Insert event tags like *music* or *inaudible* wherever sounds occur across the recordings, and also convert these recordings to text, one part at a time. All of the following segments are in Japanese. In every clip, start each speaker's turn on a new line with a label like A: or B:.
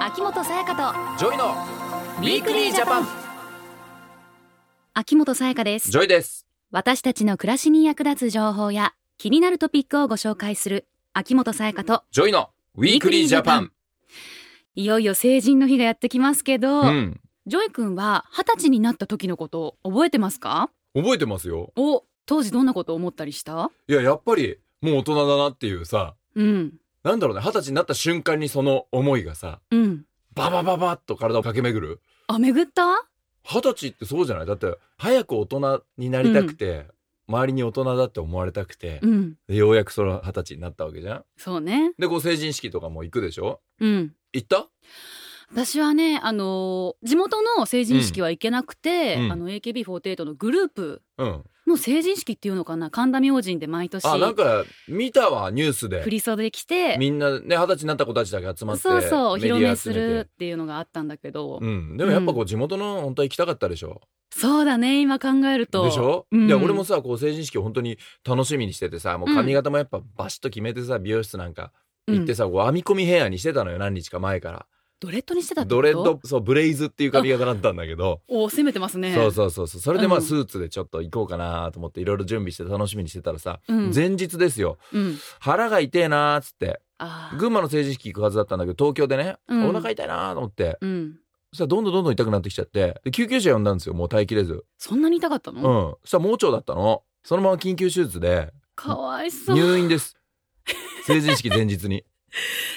A: 秋元さやか
B: ジョイの
A: と
B: ウィークリージャパン
A: 秋元さやかです
B: ジョイです
A: 私たちの暮らしに役立つ情報や気になるトピックをご紹介する秋元さやかと
B: ジョイのウィークリージャパン
A: いよいよ成人の日がやってきますけど、
B: うん
A: ジョイ君は二十歳になった時のことを覚えてますか
B: 覚えてますよ
A: お当時どんなことを思ったりした
B: いややっぱりもう大人だなっていうさ
A: うん
B: なんだろうね二十歳になった瞬間にその思いがさ
A: うん
B: ババババッと体を駆け巡る
A: あ巡った
B: 二十歳ってそうじゃないだって早く大人になりたくて、周りに大人だって思われたくて
A: う、ん
B: でようやくその二十歳になったわけじゃん
A: そうね
B: でこう成人式とかも行くでしょ
A: うん
B: 行った
A: 私はね、あのー地元の成人式は行けなくて、
B: うん
A: あの AKB48 のグループ
B: うん
A: の成人式っていうのかな神田明神で毎年
B: あなんか見たわニュースで
A: 振り袖着て
B: *laughs* みんなね二十歳になった子たちだけ集まって
A: そうそうお披
B: メデ
A: 露
B: ィア
A: 目
B: 集
A: す
B: めて
A: るっていうのがあったんだけど、
B: うん、でもやっぱこう地元の本当は行きたかったでしょ、
A: そうだね今考えると
B: でしょ、
A: うん
B: で俺もさこう成人式を本当に楽しみにしててさもう髪型もやっぱバシッと決めてさ美容室なんか行ってさ、こう編み込みヘアにしてたのよ何日か前か
A: ドレッドにしてた
B: ら
A: ってこと
B: ドレッドそうブレイズっていう髪型だったんだけど、
A: お攻めてますね
B: そうそうそうそうそれでま
A: う
B: あ
A: ん
B: スーツでちょっと行こうかなと思っていろいろ準備して楽しみにしてたらさ、
A: うん
B: 前日ですよ
A: うん
B: 腹が痛えなーっつって
A: あー
B: 群馬の成人式行くはずだったんだけど東京でね、
A: うん
B: お腹痛いなーと思って
A: うん
B: そしたらどんどんどんどん痛くなってきちゃってで救急車呼んだんですよもう耐えきれず。
A: そんなに痛かったの、
B: うん。そしたら盲腸だったの。そのまま緊急手術で
A: かわいそう
B: 入
A: *laughs*
B: 院です。成人式前日に。 *laughs*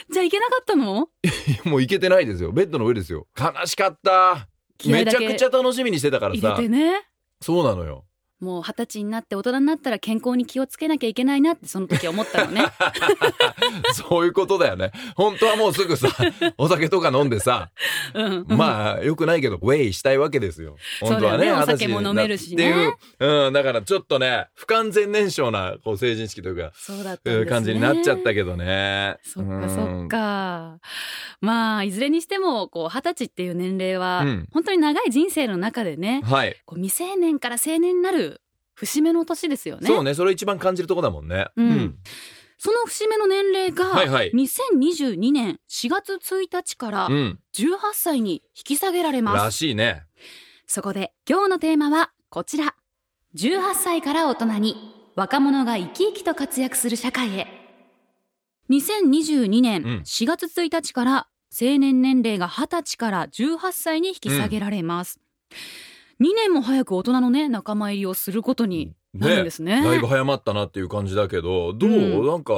A: じゃあいけなかったの
B: いやもう行けてないですよ。ベッドの上ですよ。悲しかった。
A: 気合
B: め
A: だ
B: ちゃ
A: け
B: くちゃ楽しみにしてたから
A: 入れ
B: さ
A: て。ね
B: そうなのよ。 *laughs*
A: もう二十歳になって大人になったら健康に気をつけなきゃいけないなってその時思ったの
B: *laughs*
A: ね
B: そういうことだよね。本当はもうすぐ
A: *laughs*
B: さ、お酒とか飲んでさ、
A: うん
B: まあ、よくないけど、ウェイしたいわけですよ。本当
A: そ
B: はね。
A: うだよね
B: 二十歳
A: お酒も飲めるし
B: に
A: ね
B: なっていう、うん、だからちょっとね、不完全燃焼な、こう、成人式というか、
A: そうだったんです
B: う
A: ね
B: ん感じになっちゃったけどね。
A: そっか
B: う
A: そっ
B: ん。
A: か。まあいずれにしてもこう二十歳っていう年齢は、
B: うん
A: 本当に長い人生の中でね
B: はい。
A: こう未成年から成年になる節目の年ですよね。
B: そうね、それ一番感じるとこだもんね。
A: うんその節目の年齢が、
B: はいはい
A: 2022年4月1日から
B: うん。うん
A: 18歳に引き下げられま
B: ら
A: す。
B: しいね。
A: そこで今日のテーマはこちら。18歳から大人に若者が生き生きと活躍する社会へ。2022年
B: うん
A: 4月1日から成年年齢が20歳から18歳に引き下げられます。2年も早く大人のね仲間入りをすることになるんですね。
B: だいぶ早まったなっていう感じだけど、どう、
A: うん
B: なんか、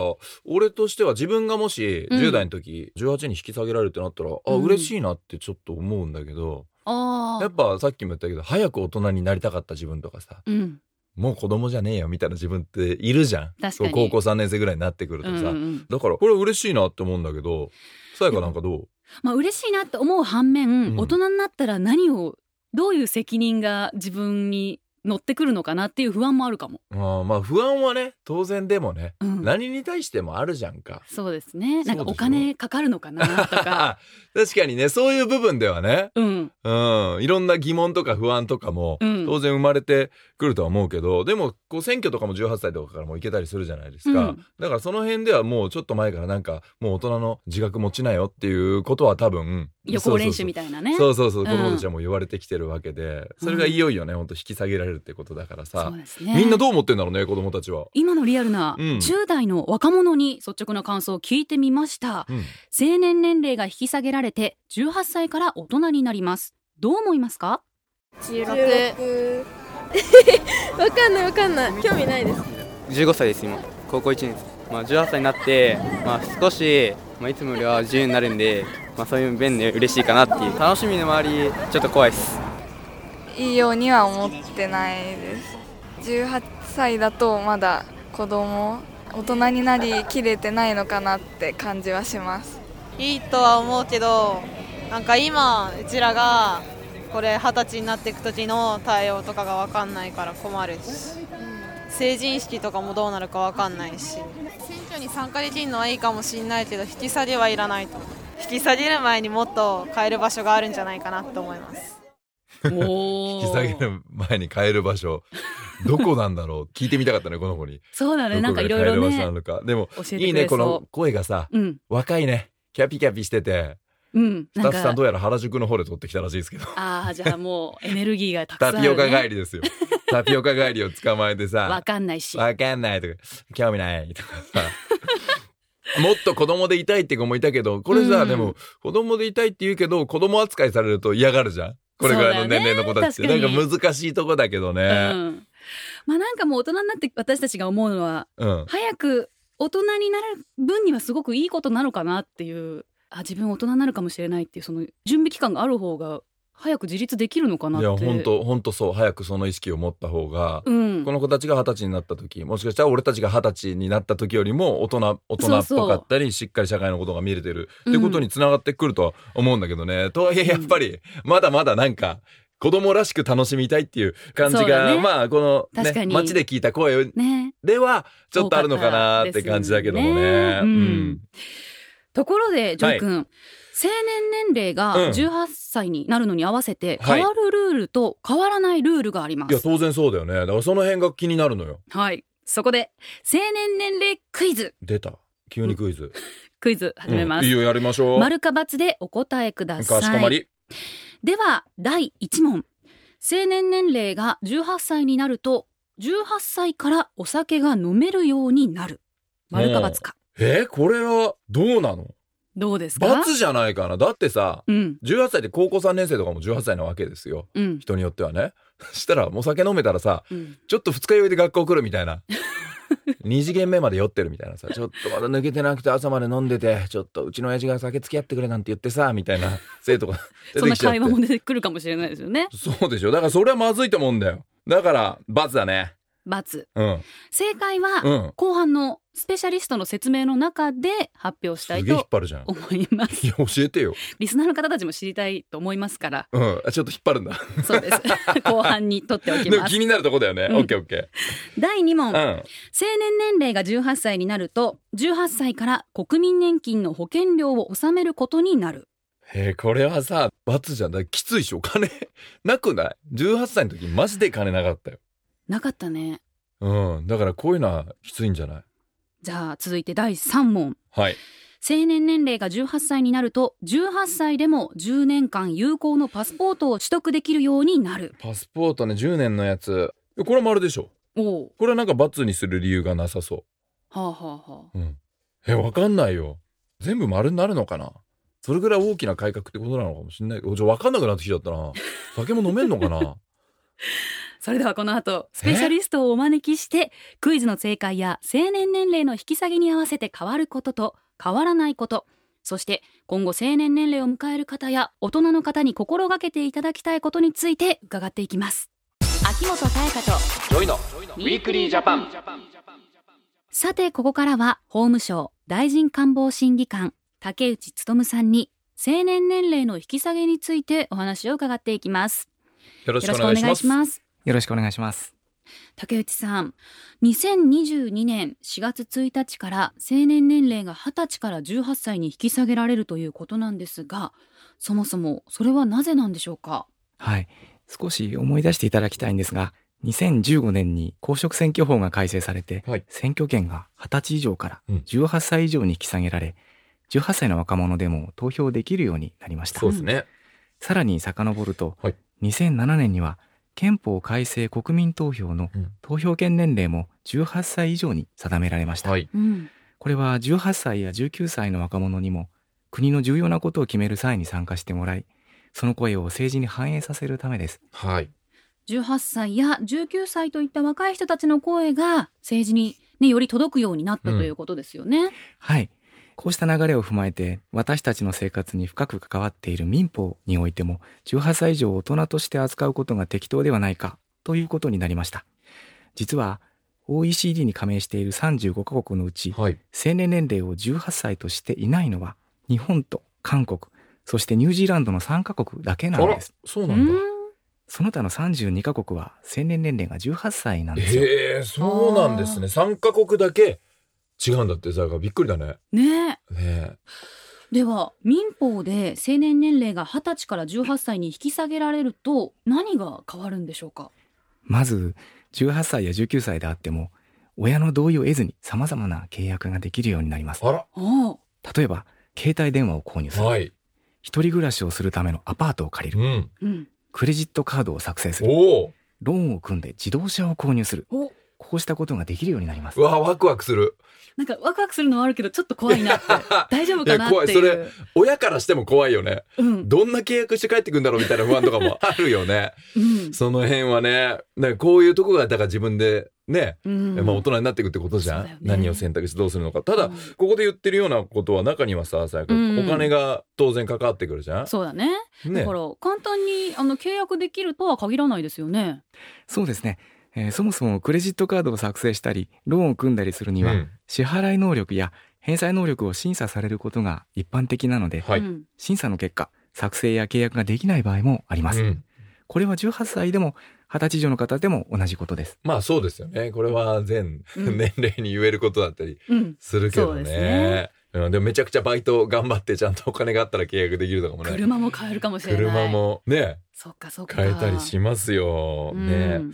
B: 俺としては自分がもし
A: うん
B: 10代の時、18に引き下げられるってなったら、あ、
A: うん
B: 嬉しいなってちょっと思うんだけど、
A: あ
B: やっ
A: あ、
B: ぱさっきも言ったけど、早く大人になりたかった自分とかさ、
A: うん、
B: もう子供じゃねえよみたいな自分っているじゃん。
A: 確かに
B: こう高校3年生ぐらいになってくる
A: う
B: と
A: んう
B: さ。
A: んうん。
B: だから、これ嬉しいなって思うんだけど、さやかなんかどう
A: まあ嬉しいなって思う反面、
B: うん
A: 大人になったら何をどういう責任が自分に乗ってくるのかなっていう不安もあるかも。
B: あーまあ不安はね、当然でもね、
A: うん、
B: 何に対してもあるじゃんか。
A: そうですね。なん
B: そ
A: か
B: うでしょ
A: お金かかるのかなと
B: *laughs*
A: か。
B: あ確かにねそういう部分ではね、
A: うん。
B: うん、いろんな疑問とか不安とかも
A: うん
B: 当然生まれてくるとは思うけど、でもこう選挙とかも18歳とかからも行けたりするじゃないですか、
A: うん
B: だからその辺ではもうちょっと前からなんかもう大人の自覚持ちなよっていうことは多分
A: 予行練習み
B: たい
A: たいなね。
B: そうそうそう
A: うん
B: 子供たちはもう言われてきてるわけでそれがいよいよねほんと引き下げられるってことだからさ、
A: そうですね。
B: みんなどう思ってんだろうね子供たちは。
A: 今のリアルな
B: うん
A: 10代の若者に率直な感想を聞いてみました。
B: うん
A: 成年年齢が引き下げられて18歳から大人になります。どう思いますか
C: 十六。 *laughs* わかんないわかんない。興味ないです。
D: 15歳です今高校1年生、まあ、18歳になって、まあ、少し、まあ、いつもよりは自由になるんで、まあ、そういう面で嬉しいかなっていう楽しみの周りちょっと怖いです
E: いいようには思ってないです18歳だとまだ子供大人になりきれてないのかなって感じはします
F: いいとは思うけどなんか今うちらがこれ二十歳になっていく時の対応とかが分かんないから困るし成人式とかもどうなるか分かんないし選挙に参加できるのはいいかもしれないけど引き下げはいらないと思う引き下げる前にもっと変える場所があるんじゃないかなと思います
A: お
B: *laughs*
A: お。
B: 引き下げる前に変える
A: *laughs*
B: 場所どこなんだろう聞いてみたかったねこの子に。
A: そうだね。なんかいろい
B: どこ
A: ろ
B: が変える場所
A: ね。
B: なのかでも
A: 教えてくれそう。
B: いいねこの声がさ
A: うん。
B: 若いねキャピキャピしてて
A: うん、
B: ス
A: な
B: タ
A: ん
B: ッフさんど
A: か
B: うやら原宿の方で撮ってきたらしいですけど。
A: ああじゃあもうエネルギーがたくさんあ
B: タ
A: る、ね、
B: ピオカ帰りですよ。タピオカ帰りを捕まえてさ
A: わ。かんないし
B: わかんないとか、興味ないとかさ。 *laughs* もっと子供でいたいって子もいたけど、これさ、
A: うん
B: でも、子供でいたいって言うけど、子供扱いされると嫌がるじゃん。これぐらいの年齢の子たちって。
A: そうだ
B: な
A: よ
B: ん
A: ね
B: か
A: 確かに
B: 難しいとこだけど
A: う
B: ね。
A: んまあなんかもう大人になって私たちが思うのは
B: うん。
A: 早く大人になる分にはすごくいいことなのかなっていうあ自分大人になるかもしれないっていうその準備期間がある方が早く自立できるのかないって
B: や、ほんと、ほんとそう。早くその意識を持った方が、
A: うん
B: この子たちが二十歳になった時、もしかしたら俺たちが二十歳になった時よりも大人、大人っぽかったり、しっかり社会のことが見れてるってことにつながってくるとは思うんだけどね。とはいえ、やっぱり、まだまだなんか、子供らしく楽しみたいっていう感じ
A: そうだ
B: が、
A: ね
B: まあ、この、
A: 確か
B: ね、
A: に
B: 街で聞いた声
A: ね
B: では、ちょっとあるのかなって感じだけども
A: 多か
B: ね。
A: ったですよねうんところでジョイ君、成年年齢
B: うん
A: が18歳になるのに合わせて
B: はい
A: 変わるルールと変わらないルールがありま
B: いや、
A: す。
B: 当然そうだよね。だからその辺が気になるのよ。
A: はい、そこで成年年齢クイズ
B: 出た。急にクイズ。
A: クイズ始めま
B: うんいい
A: す。
B: よ、やりましょう。
A: 丸か×でお答えくださ
B: か
A: い。
B: しこまり。
A: では第1問成年年齢が18歳になると18歳からお酒が飲めるようになる丸か×か
B: え、これは、どうなの
A: どうですか
B: 罰じゃないかな。だってさ、
A: うん
B: 18歳で高校3年生とかも18歳なわけですよ。
A: うん
B: 人によってはね。 *laughs* したら、もう酒飲めたらさ、
A: うん
B: ちょっと二日酔いで学校来るみたいな。
A: *laughs*
B: 二次元目まで酔ってるみたいなさ、ちょっとまだ抜けてなくて朝まで飲んでて、ちょっとうちの親父が酒付き合ってくれなんて言ってさ、みたい
A: *laughs*
B: な生徒が
A: そ
B: 出
A: ん
B: て
A: な
B: きちゃっ
A: 会
B: て
A: 話も出てくるかもしれないですよね
B: そうでしょ。だからそれはまずいと思うんだよ。だから、罰だね。
A: ×
B: うん。
A: 正解は、
B: うん。
A: 後半のスペシャリストの説明の中で発表し
B: す
A: た
B: げ
A: い
B: え引っ
A: と
B: 張るじゃん。
A: 思います
B: いや、教えてよ。
A: リスナーの方たちも知りたいと思いますから
B: うん。あちょっと引っ張るんだ。
A: そう
B: *laughs*
A: です後半に取っておき
B: でも
A: ま
B: 気
A: す
B: になるとこだよね。
A: うん
B: オッケーオッケ
A: 第2問、
B: ー。うん。
A: 成年年齢が18歳になると18歳から国民年金の保険料を納めることになる
B: えー、これはさ、罰じゃない。きついでしょ。お金、 *laughs* なくない ?18 歳の時、マジで金なかったよ。
A: なかったね
B: うん。だからこういうのはきついんじゃない
A: じゃあ続いて第3問
B: はい。
A: 成年年齢が18歳になると18歳でも10年間有効のパスポートを取得できるようになる
B: パスポートね、10年のやつ。これは丸でしょ。
A: おお
B: これはなんか罰にする理由がなさそ
A: はあはあはあ
B: う。うん。え、わかんないよ。全部丸になるのかなそれぐらい大きな改革ってことなのかもしれないけど、ちょ、わかんなくなってきちゃったな。酒も飲めんのかな
A: それではこの後スペシャリストをお招きしてクイズの正解や成年年齢の引き下げに合わせて変わることと変わらないことそして今後成年年齢を迎える方や大人の方に心がけていただきたいことについて伺っていきます秋元彩香と
B: ジョイの。
A: ウィークリージャパンさてここからは法務省大臣官房審議官竹内勉さんに成年年齢の引き下げについてお話を伺っていきます
B: よろし
A: よろ
B: く
A: し
B: お
A: くお
B: 願いし
A: 願
B: ま
A: いし
B: す。
A: ます
G: よろしくお願いします。
A: 竹内さん2022年4月1日から成年年齢が20歳から18歳に引き下げられるということなんですがそもそもそれはなぜなんでしょうか
G: はい。少し思い出していただきたいんですが、2015年に公職選挙法が改正されて、
B: はい
G: 選挙権が20歳以上から
B: うん
G: 18歳以上に引き下げられ、18歳の若者でも投票できるようになりました
B: そ。うですね。
G: さらに遡ると、
B: はい
G: 2007年には憲法改正国民投票の
B: うん
G: 投票権年齢も18歳以上に定められました。
B: はい。
A: うん
G: これは18歳や19歳の若者にも国の重要なことを決める際に参加してもらいその声を政治に反映させるためです
B: はい。
A: 18歳や19歳といった若い人たちの声が政治に、ね、より届くようになった
B: うん
A: ということですよね。
G: はいこうした流れを踏まえて私たちの生活に深く関わっている民法においても18歳以上を大人として扱うことが適当ではないかということになりました実は OECD に加盟している35カ国のうち
B: はい。
G: 成年年齢を18歳としていないのは日本と韓国そしてニュージーランドの3カ国だけなんです
B: そう
A: う
B: なんだ。
A: ん
G: その他の32カ国は成年年齢が18歳なんですよ。
B: へえ、そうなんですね。3カ国だけ違うんだってさ、びっくりだね。
A: ね
B: ね
A: えでは民法で成年年齢が20歳から18歳に引き下げられると何が変わるんでしょうか
G: まず18歳や19歳であっても親の同意を得ずに様々な契約ができるようになります
B: え。。あ
A: ああ
G: 例えば携帯電話を購入す
B: ら、
G: る、
B: はい。
G: 一人暮らしをするためのアパートを借り
B: う
G: る
B: ん。
A: うん
G: クレジットカードを作成する
B: おお。
G: ローンを組んで自動車を購入する
A: お
G: こうしたことができるようになります
B: うわ、ワクワクする。
A: なんかワクワクするのはあるけどちょっと怖い
B: *laughs*
A: なって大丈夫かなってい
B: いや怖いそうれ親からしても怖いよね。
A: うん
B: どんな契約して帰ってくんだろうみたいな不安と
A: *laughs*
B: かもあるよね。
A: うん
B: その辺はね、ねこういうとこが、だから自分でね、
A: うん
B: まあ大人になっていくってことじゃ
A: そう
B: ん、
A: だよね
B: 何を選択してどうするのか。ただ、
A: うん
B: ここで言ってるようなことは中にはさ、さやか
A: うん
B: お金が当然関わってくるじゃん。
A: そうだねだ
B: ね
A: か。ら簡単にあの契約できるとは限らないですよね
G: そうですね、えーそもそもクレジットカードを作成したりローンを組んだりするに
B: う
G: は、
B: ん
G: 支払い能力や返済能力を審査されることが一般的なので
B: はい。
A: うん
G: 審査の結果作成や契約ができない場合もあります、
B: うん
G: これは18歳でも20歳以上の方でも同じことです
B: まあそうですよね。これは全
A: うん
B: 年齢に言えることだったり
A: うん
B: するけど
A: そう
B: ね。
A: ですね
B: うんでもめちゃくちゃバイト頑張ってちゃんとお金があったら契約できるとかもね。
A: 車も買えるかもしれない
B: 車もね、
A: そっかそっか
B: 変えたりしますよ。ね。
A: うん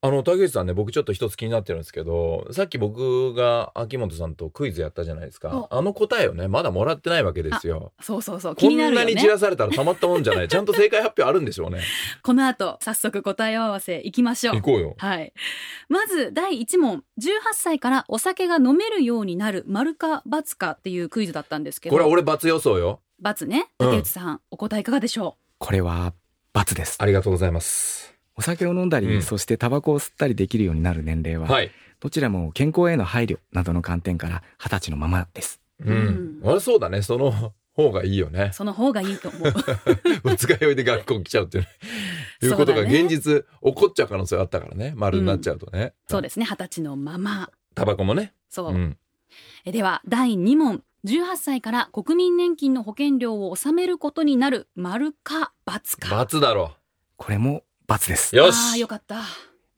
B: あの、竹内さんね、僕ちょっと一つ気になってるんですけど、さっき僕が秋元さんとクイズやったじゃないですか。あの答えをね、まだもらってないわけですよ。
A: そうそうそう気
B: こ
A: に
B: ん
A: なる
B: な
A: よ
B: に
A: ね
B: 散らされたらたまったもんじゃない。ちゃんと正解発表あるんで
A: *laughs*
B: しょうね。
A: この後早速答え合わせいきましょ
B: 行
A: う
B: こうよ。
A: はいまず第1問18歳からお酒が飲めるようになる丸か×かっていうクイズだったんですけど
B: これは俺罰予想よ。
A: ×ね
B: うん
A: 竹内さん、お答えいかがでしょ
G: これは罰です
B: ありがとうございます。
G: お酒を飲んだり、
B: うん
G: そしてタバコを吸ったりできるようになる年齢は、
B: はい。
G: どちらも健康への配慮などの観点から20歳のままです
B: うん。あれそうだね。その方がいいよね
A: う。その方がいいと思う
B: *laughs* 二日酔いで学校来ちゃうっていう
A: *laughs*
B: ね、いうことが
A: そうだね
B: 現実起こっちゃう可能性あったからね。丸になっちゃうとね。
A: そうですね二十歳のまま
B: タバコもね。
A: そう、
B: うん。
A: えでは第2問18歳から国民年金の保険料を納めることになる丸か×か
B: 罰だろ
G: これも罰です
B: う。よ
A: あー
B: し
A: よ。かった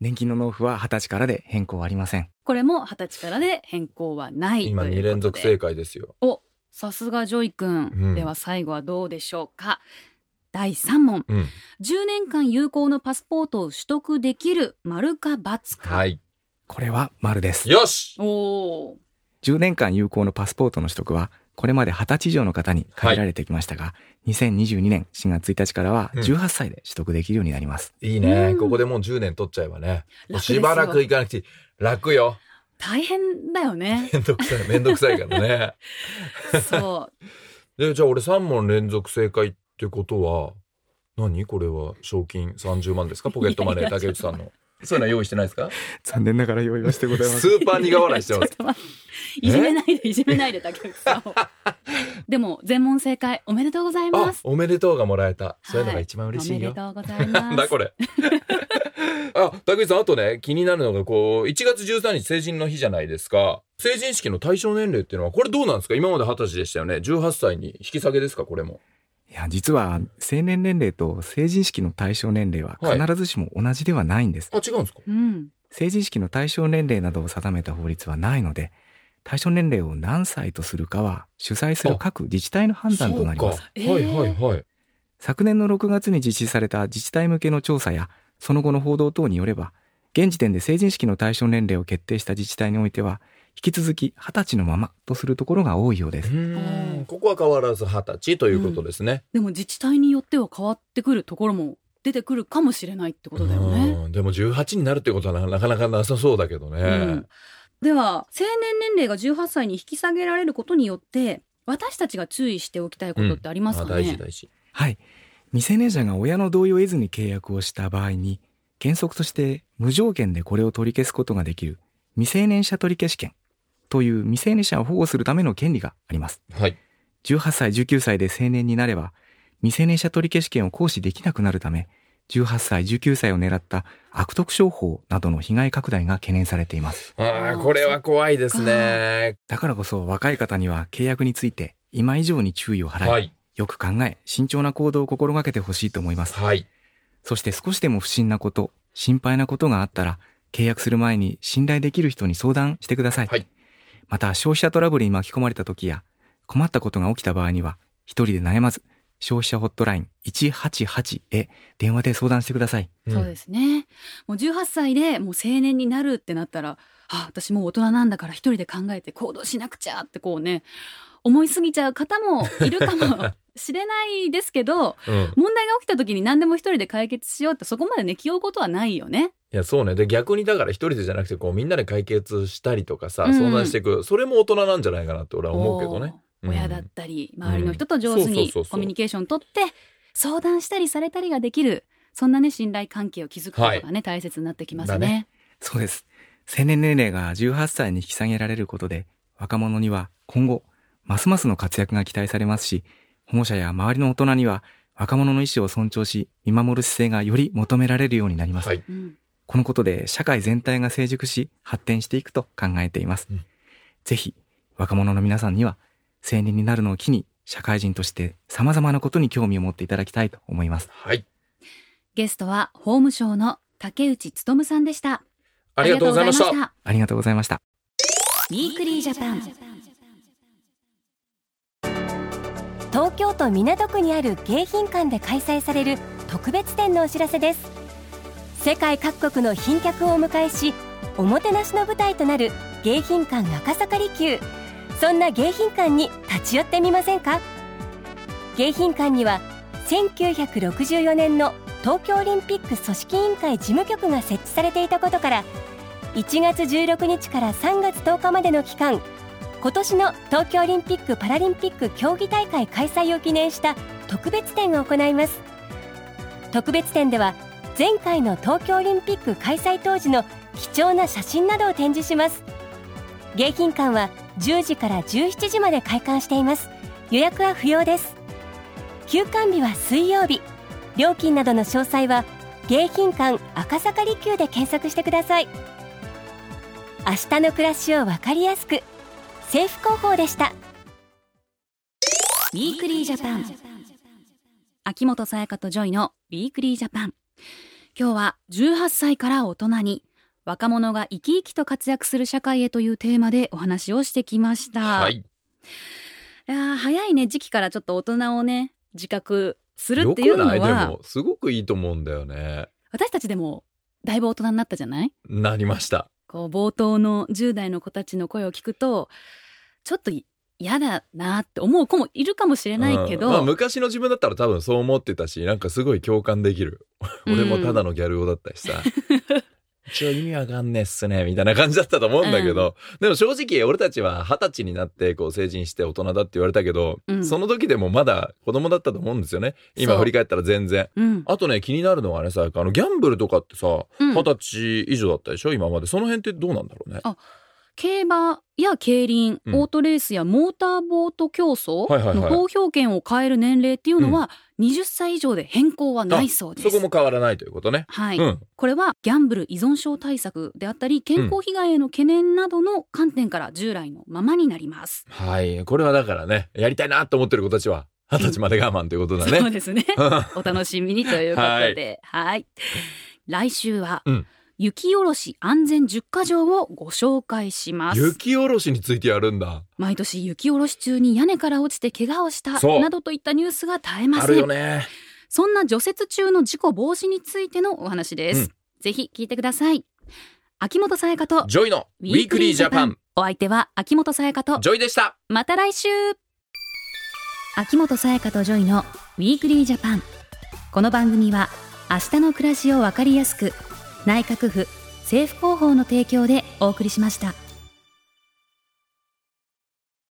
G: 年金の納付は20歳からで変更はありません
A: これも二十歳からで変更はない
B: 今
A: ということ
B: 二
A: で
B: 連続正解ですよ。
A: さすがジョイ君、
B: うん
A: では最後はどうでしょうか第3問
B: うん。
A: 10年間有効のパスポートを取得できる丸か×か、
B: はい。
G: これは丸です
B: よし。
A: おお
G: 10年間有効のパスポートの取得はこれまで20歳以上の方に限られてきましたが、2022年4月1日からは
B: うん
G: 18歳で取得できるようになります、
B: いいね
A: う。ん
B: ここでもう10年取っちゃえばね。
A: 楽です
B: し
A: よ
B: ばらく行かなくていい。楽よ。 *laughs*
A: 大変だよね
B: めんどくさい。めんどくさいからね。 *laughs*
A: そ
B: で、じゃあ俺3問連続正解ってことは、何これは賞金30万ですかポケットマネ
A: いや
B: ー
A: いや
B: 竹内さんの。そういうのは用意してないですか
G: 残念ながら用意はしてご
B: ス
G: ざいません
B: ーパー苦笑いして
A: うちょ
B: ま
A: っ
B: す。
A: と待って *laughs* いじめないでいじめないで竹内さんをでも全問正解おめでとうございま *laughs*
B: *laughs* あ
A: す、
B: おめでとうがもらえた。そういうのが一番
A: お
B: 嬉し
A: め
B: い
A: で
B: よ。
A: とうござい
B: なん
A: ま
B: *laughs* だ
A: す
B: これ。あ、竹内さん、あとね、気になるのが、こう、1月13日成人の日じゃないですか。成人式の対象年齢っていうのは、これどうなんですか今まで二十歳でしたよね。18歳に引き下げですかこれも。
G: いや実は成年年齢と成人式の対象年齢は
B: はい
G: 必ずしも同じではないんです、
B: あ、違うんですか
A: うん
G: 成人式の対象年齢などを定めた法律はないので対象年齢を何歳とするかは主催する各自治体の判断となります
B: そうか
A: えー
B: はいはいはい。
G: 昨年の6月に実施された自治体向けの調査やその後の報道等によれば現時点で成人式の対象年齢を決定した自治体においては引き続き20歳のままとするところが多いようです
B: うーんここは変わらず二十歳ということですね。
A: でも自治体によっては変わってくるところも出てくるかもしれないってことだよね。
B: うんでも18になるってことはなかなかなさそうだけどね。
A: うんでは成年年齢が18歳に引き下げられることによって私たちが注意しておきたいことってあります
B: あ
A: か
B: 大事
A: ね、
B: 大事。
G: はい未成年者が親の同意を得ずに契約をした場合に原則として無条件でこれを取り消すことができる未成年者取消権という未成年者を保護するための権利があります
B: はい。
G: 18歳、19歳で成年になれば、未成年者取消権を行使できなくなるため、18歳、19歳を狙った悪徳商法などの被害拡大が懸念されています。
B: ああ、これは怖いですね。
G: だからこそ若い方には契約について今以上に注意を払い、
B: はい。
G: よく考え、慎重な行動を心がけてほしいと思います。
B: はい。
G: そして少しでも不審なこと、心配なことがあったら、契約する前に信頼できる人に相談してください。
B: はい
G: また、消費者トラブルに巻き込まれた時や、困ったことが起きた場合には、一人で悩まず、消費者ホットライン188へ電話で相談してください。
A: そうですねもう18歳でもう成年になるってなったらあ私もう大人なんだから一人で考えて行動しなくちゃってこうね思いすぎちゃう方もいるかもしれないですけ
B: *laughs*
A: ど
B: うん
A: 問題が起きた時に何でも一人で解決しようってそこまでね気負うことはないよね。
B: いやそうねで逆にだから一人でじゃなくてこうみんなで解決したりとかさ、
A: うん
B: 相談していくそれも大人なんじゃないかなって俺は思うけどね。
A: おー親だ
B: う
A: っ
B: ん
A: たり、周りの人と上手
B: そうそう
A: に
B: そうそう
A: コミュニケーション取って相談したりされたりができるそんなね信頼関係を築くことがね、大切になってきます
B: だ
A: ね
B: ね。
G: そうです。成年年齢が18歳に引き下げられることで、若者には今後、ますますの活躍が期待されますし、保護者や周りの大人には、若者の意思を尊重し、見守る姿勢がより求められるようになります。
B: はい
A: うん
G: このことで社会全体が成熟し、発展していくと考えています。
B: うん
G: ぜひ、若者の皆さんには、成人になるのを機に、社会人として様々なことに興味を持っていただきたいと思います。
B: はい
A: ゲストは法務省の竹内勉さんでした。
B: ありがとうございました。
G: ありがとうございました。
A: ミークリージャパン。
H: 東京都港区にある迎賓館で開催される特別展のお知らせです世界各国の賓客をお迎えしおもてなしの舞台となる迎賓館赤坂離宮そんな迎賓館に立ち寄ってみませんか迎賓館には1964年の東京オリンピック組織委員会事務局が設置されていたことから1月16日から3月10日までの期間今年の東京オリンピック・パラリンピック競技大会開催を記念した特別展を行います特別展では前回の東京オリンピック開催当時の貴重な写真などを展示します迎賓館は10時から17時まで開館しています予約は不要です休館日は水曜日料金などの詳細は迎賓館赤坂離宮で検索してください明日の暮らしをわかりやすく政府広報でしたウィークリージャパン
A: 秋元才加とジョイのウィークリージャパン。今日は18歳から大人に若者が生き生きと活躍する社会へというテーマでお話をしてきました。
B: はい
A: いやー早いね時期からちょっと大人をね自覚する
B: よ
A: っていう
B: く
A: の
B: ないで
A: は
B: もすごくいいと思うんだよね。
A: 私たちでもだいぶ大人になったじゃない
B: なりました。
A: こう冒頭の10代の子たちの声を聞くとちょっと嫌だなって思う子もいるかもしれないけど、
B: うんまあ、昔の自分だったら多分そう思ってたしなんかすごい共感できる俺もただのギャル男だった
A: *laughs*
B: しさ、一応意味わかんねえっすねみたいな感じだったと思うんだけど、でも正直俺たちは二十歳になってこう成人して大人だって言われたけど、
A: うん
B: その時でもまだ子供だったと思うんですよね
A: そ
B: 今
A: う
B: 振り返ったら全然。
A: うん
B: あとね気になるのはねさあのギャンブルとかってさ
A: うん
B: 二十歳以上だったでしょ今までその辺ってどうなんだろうね。
A: あ競馬や競輪、
B: うん
A: オートレースやモーターボート競争
B: はいはい
A: の
B: はい
A: 投票権を変える年齢っていうのは20歳以上で変更はないそうです。
B: そこも変わらないということね。
A: はい、
B: うん
A: これはギャンブル依存症対策であったり健康被害への懸念などの観点から従来のままになります。
B: はい。これはだからね、やりたいなと思ってる子たちは、二十歳まで我慢ということだ
A: そう
B: ね。
A: です
B: *laughs*
A: ね。お楽しみにということで、はい。来週は、
B: うん
A: 雪下ろし安全10か条をご紹介します。
B: 雪下ろしについてやるんだ。
A: 毎年雪下ろし中に屋根から落ちて怪我をした
B: そう
A: などといったニュースが絶えま
B: あ
A: せ
B: るよ
A: ん。
B: ね。
A: そんな除雪中の事故防止についてのお話です。
B: うん
A: ぜひ聞いてください。秋元才加と
B: ジョイのウィークリージャパン。。
A: お相手は秋元才加と
B: ジョイでした。
A: また来週秋元才加とジョイのウィークリージャパンこの番組は明日の暮らしをわかりやすく内閣府政府広報の提供でお送りしました。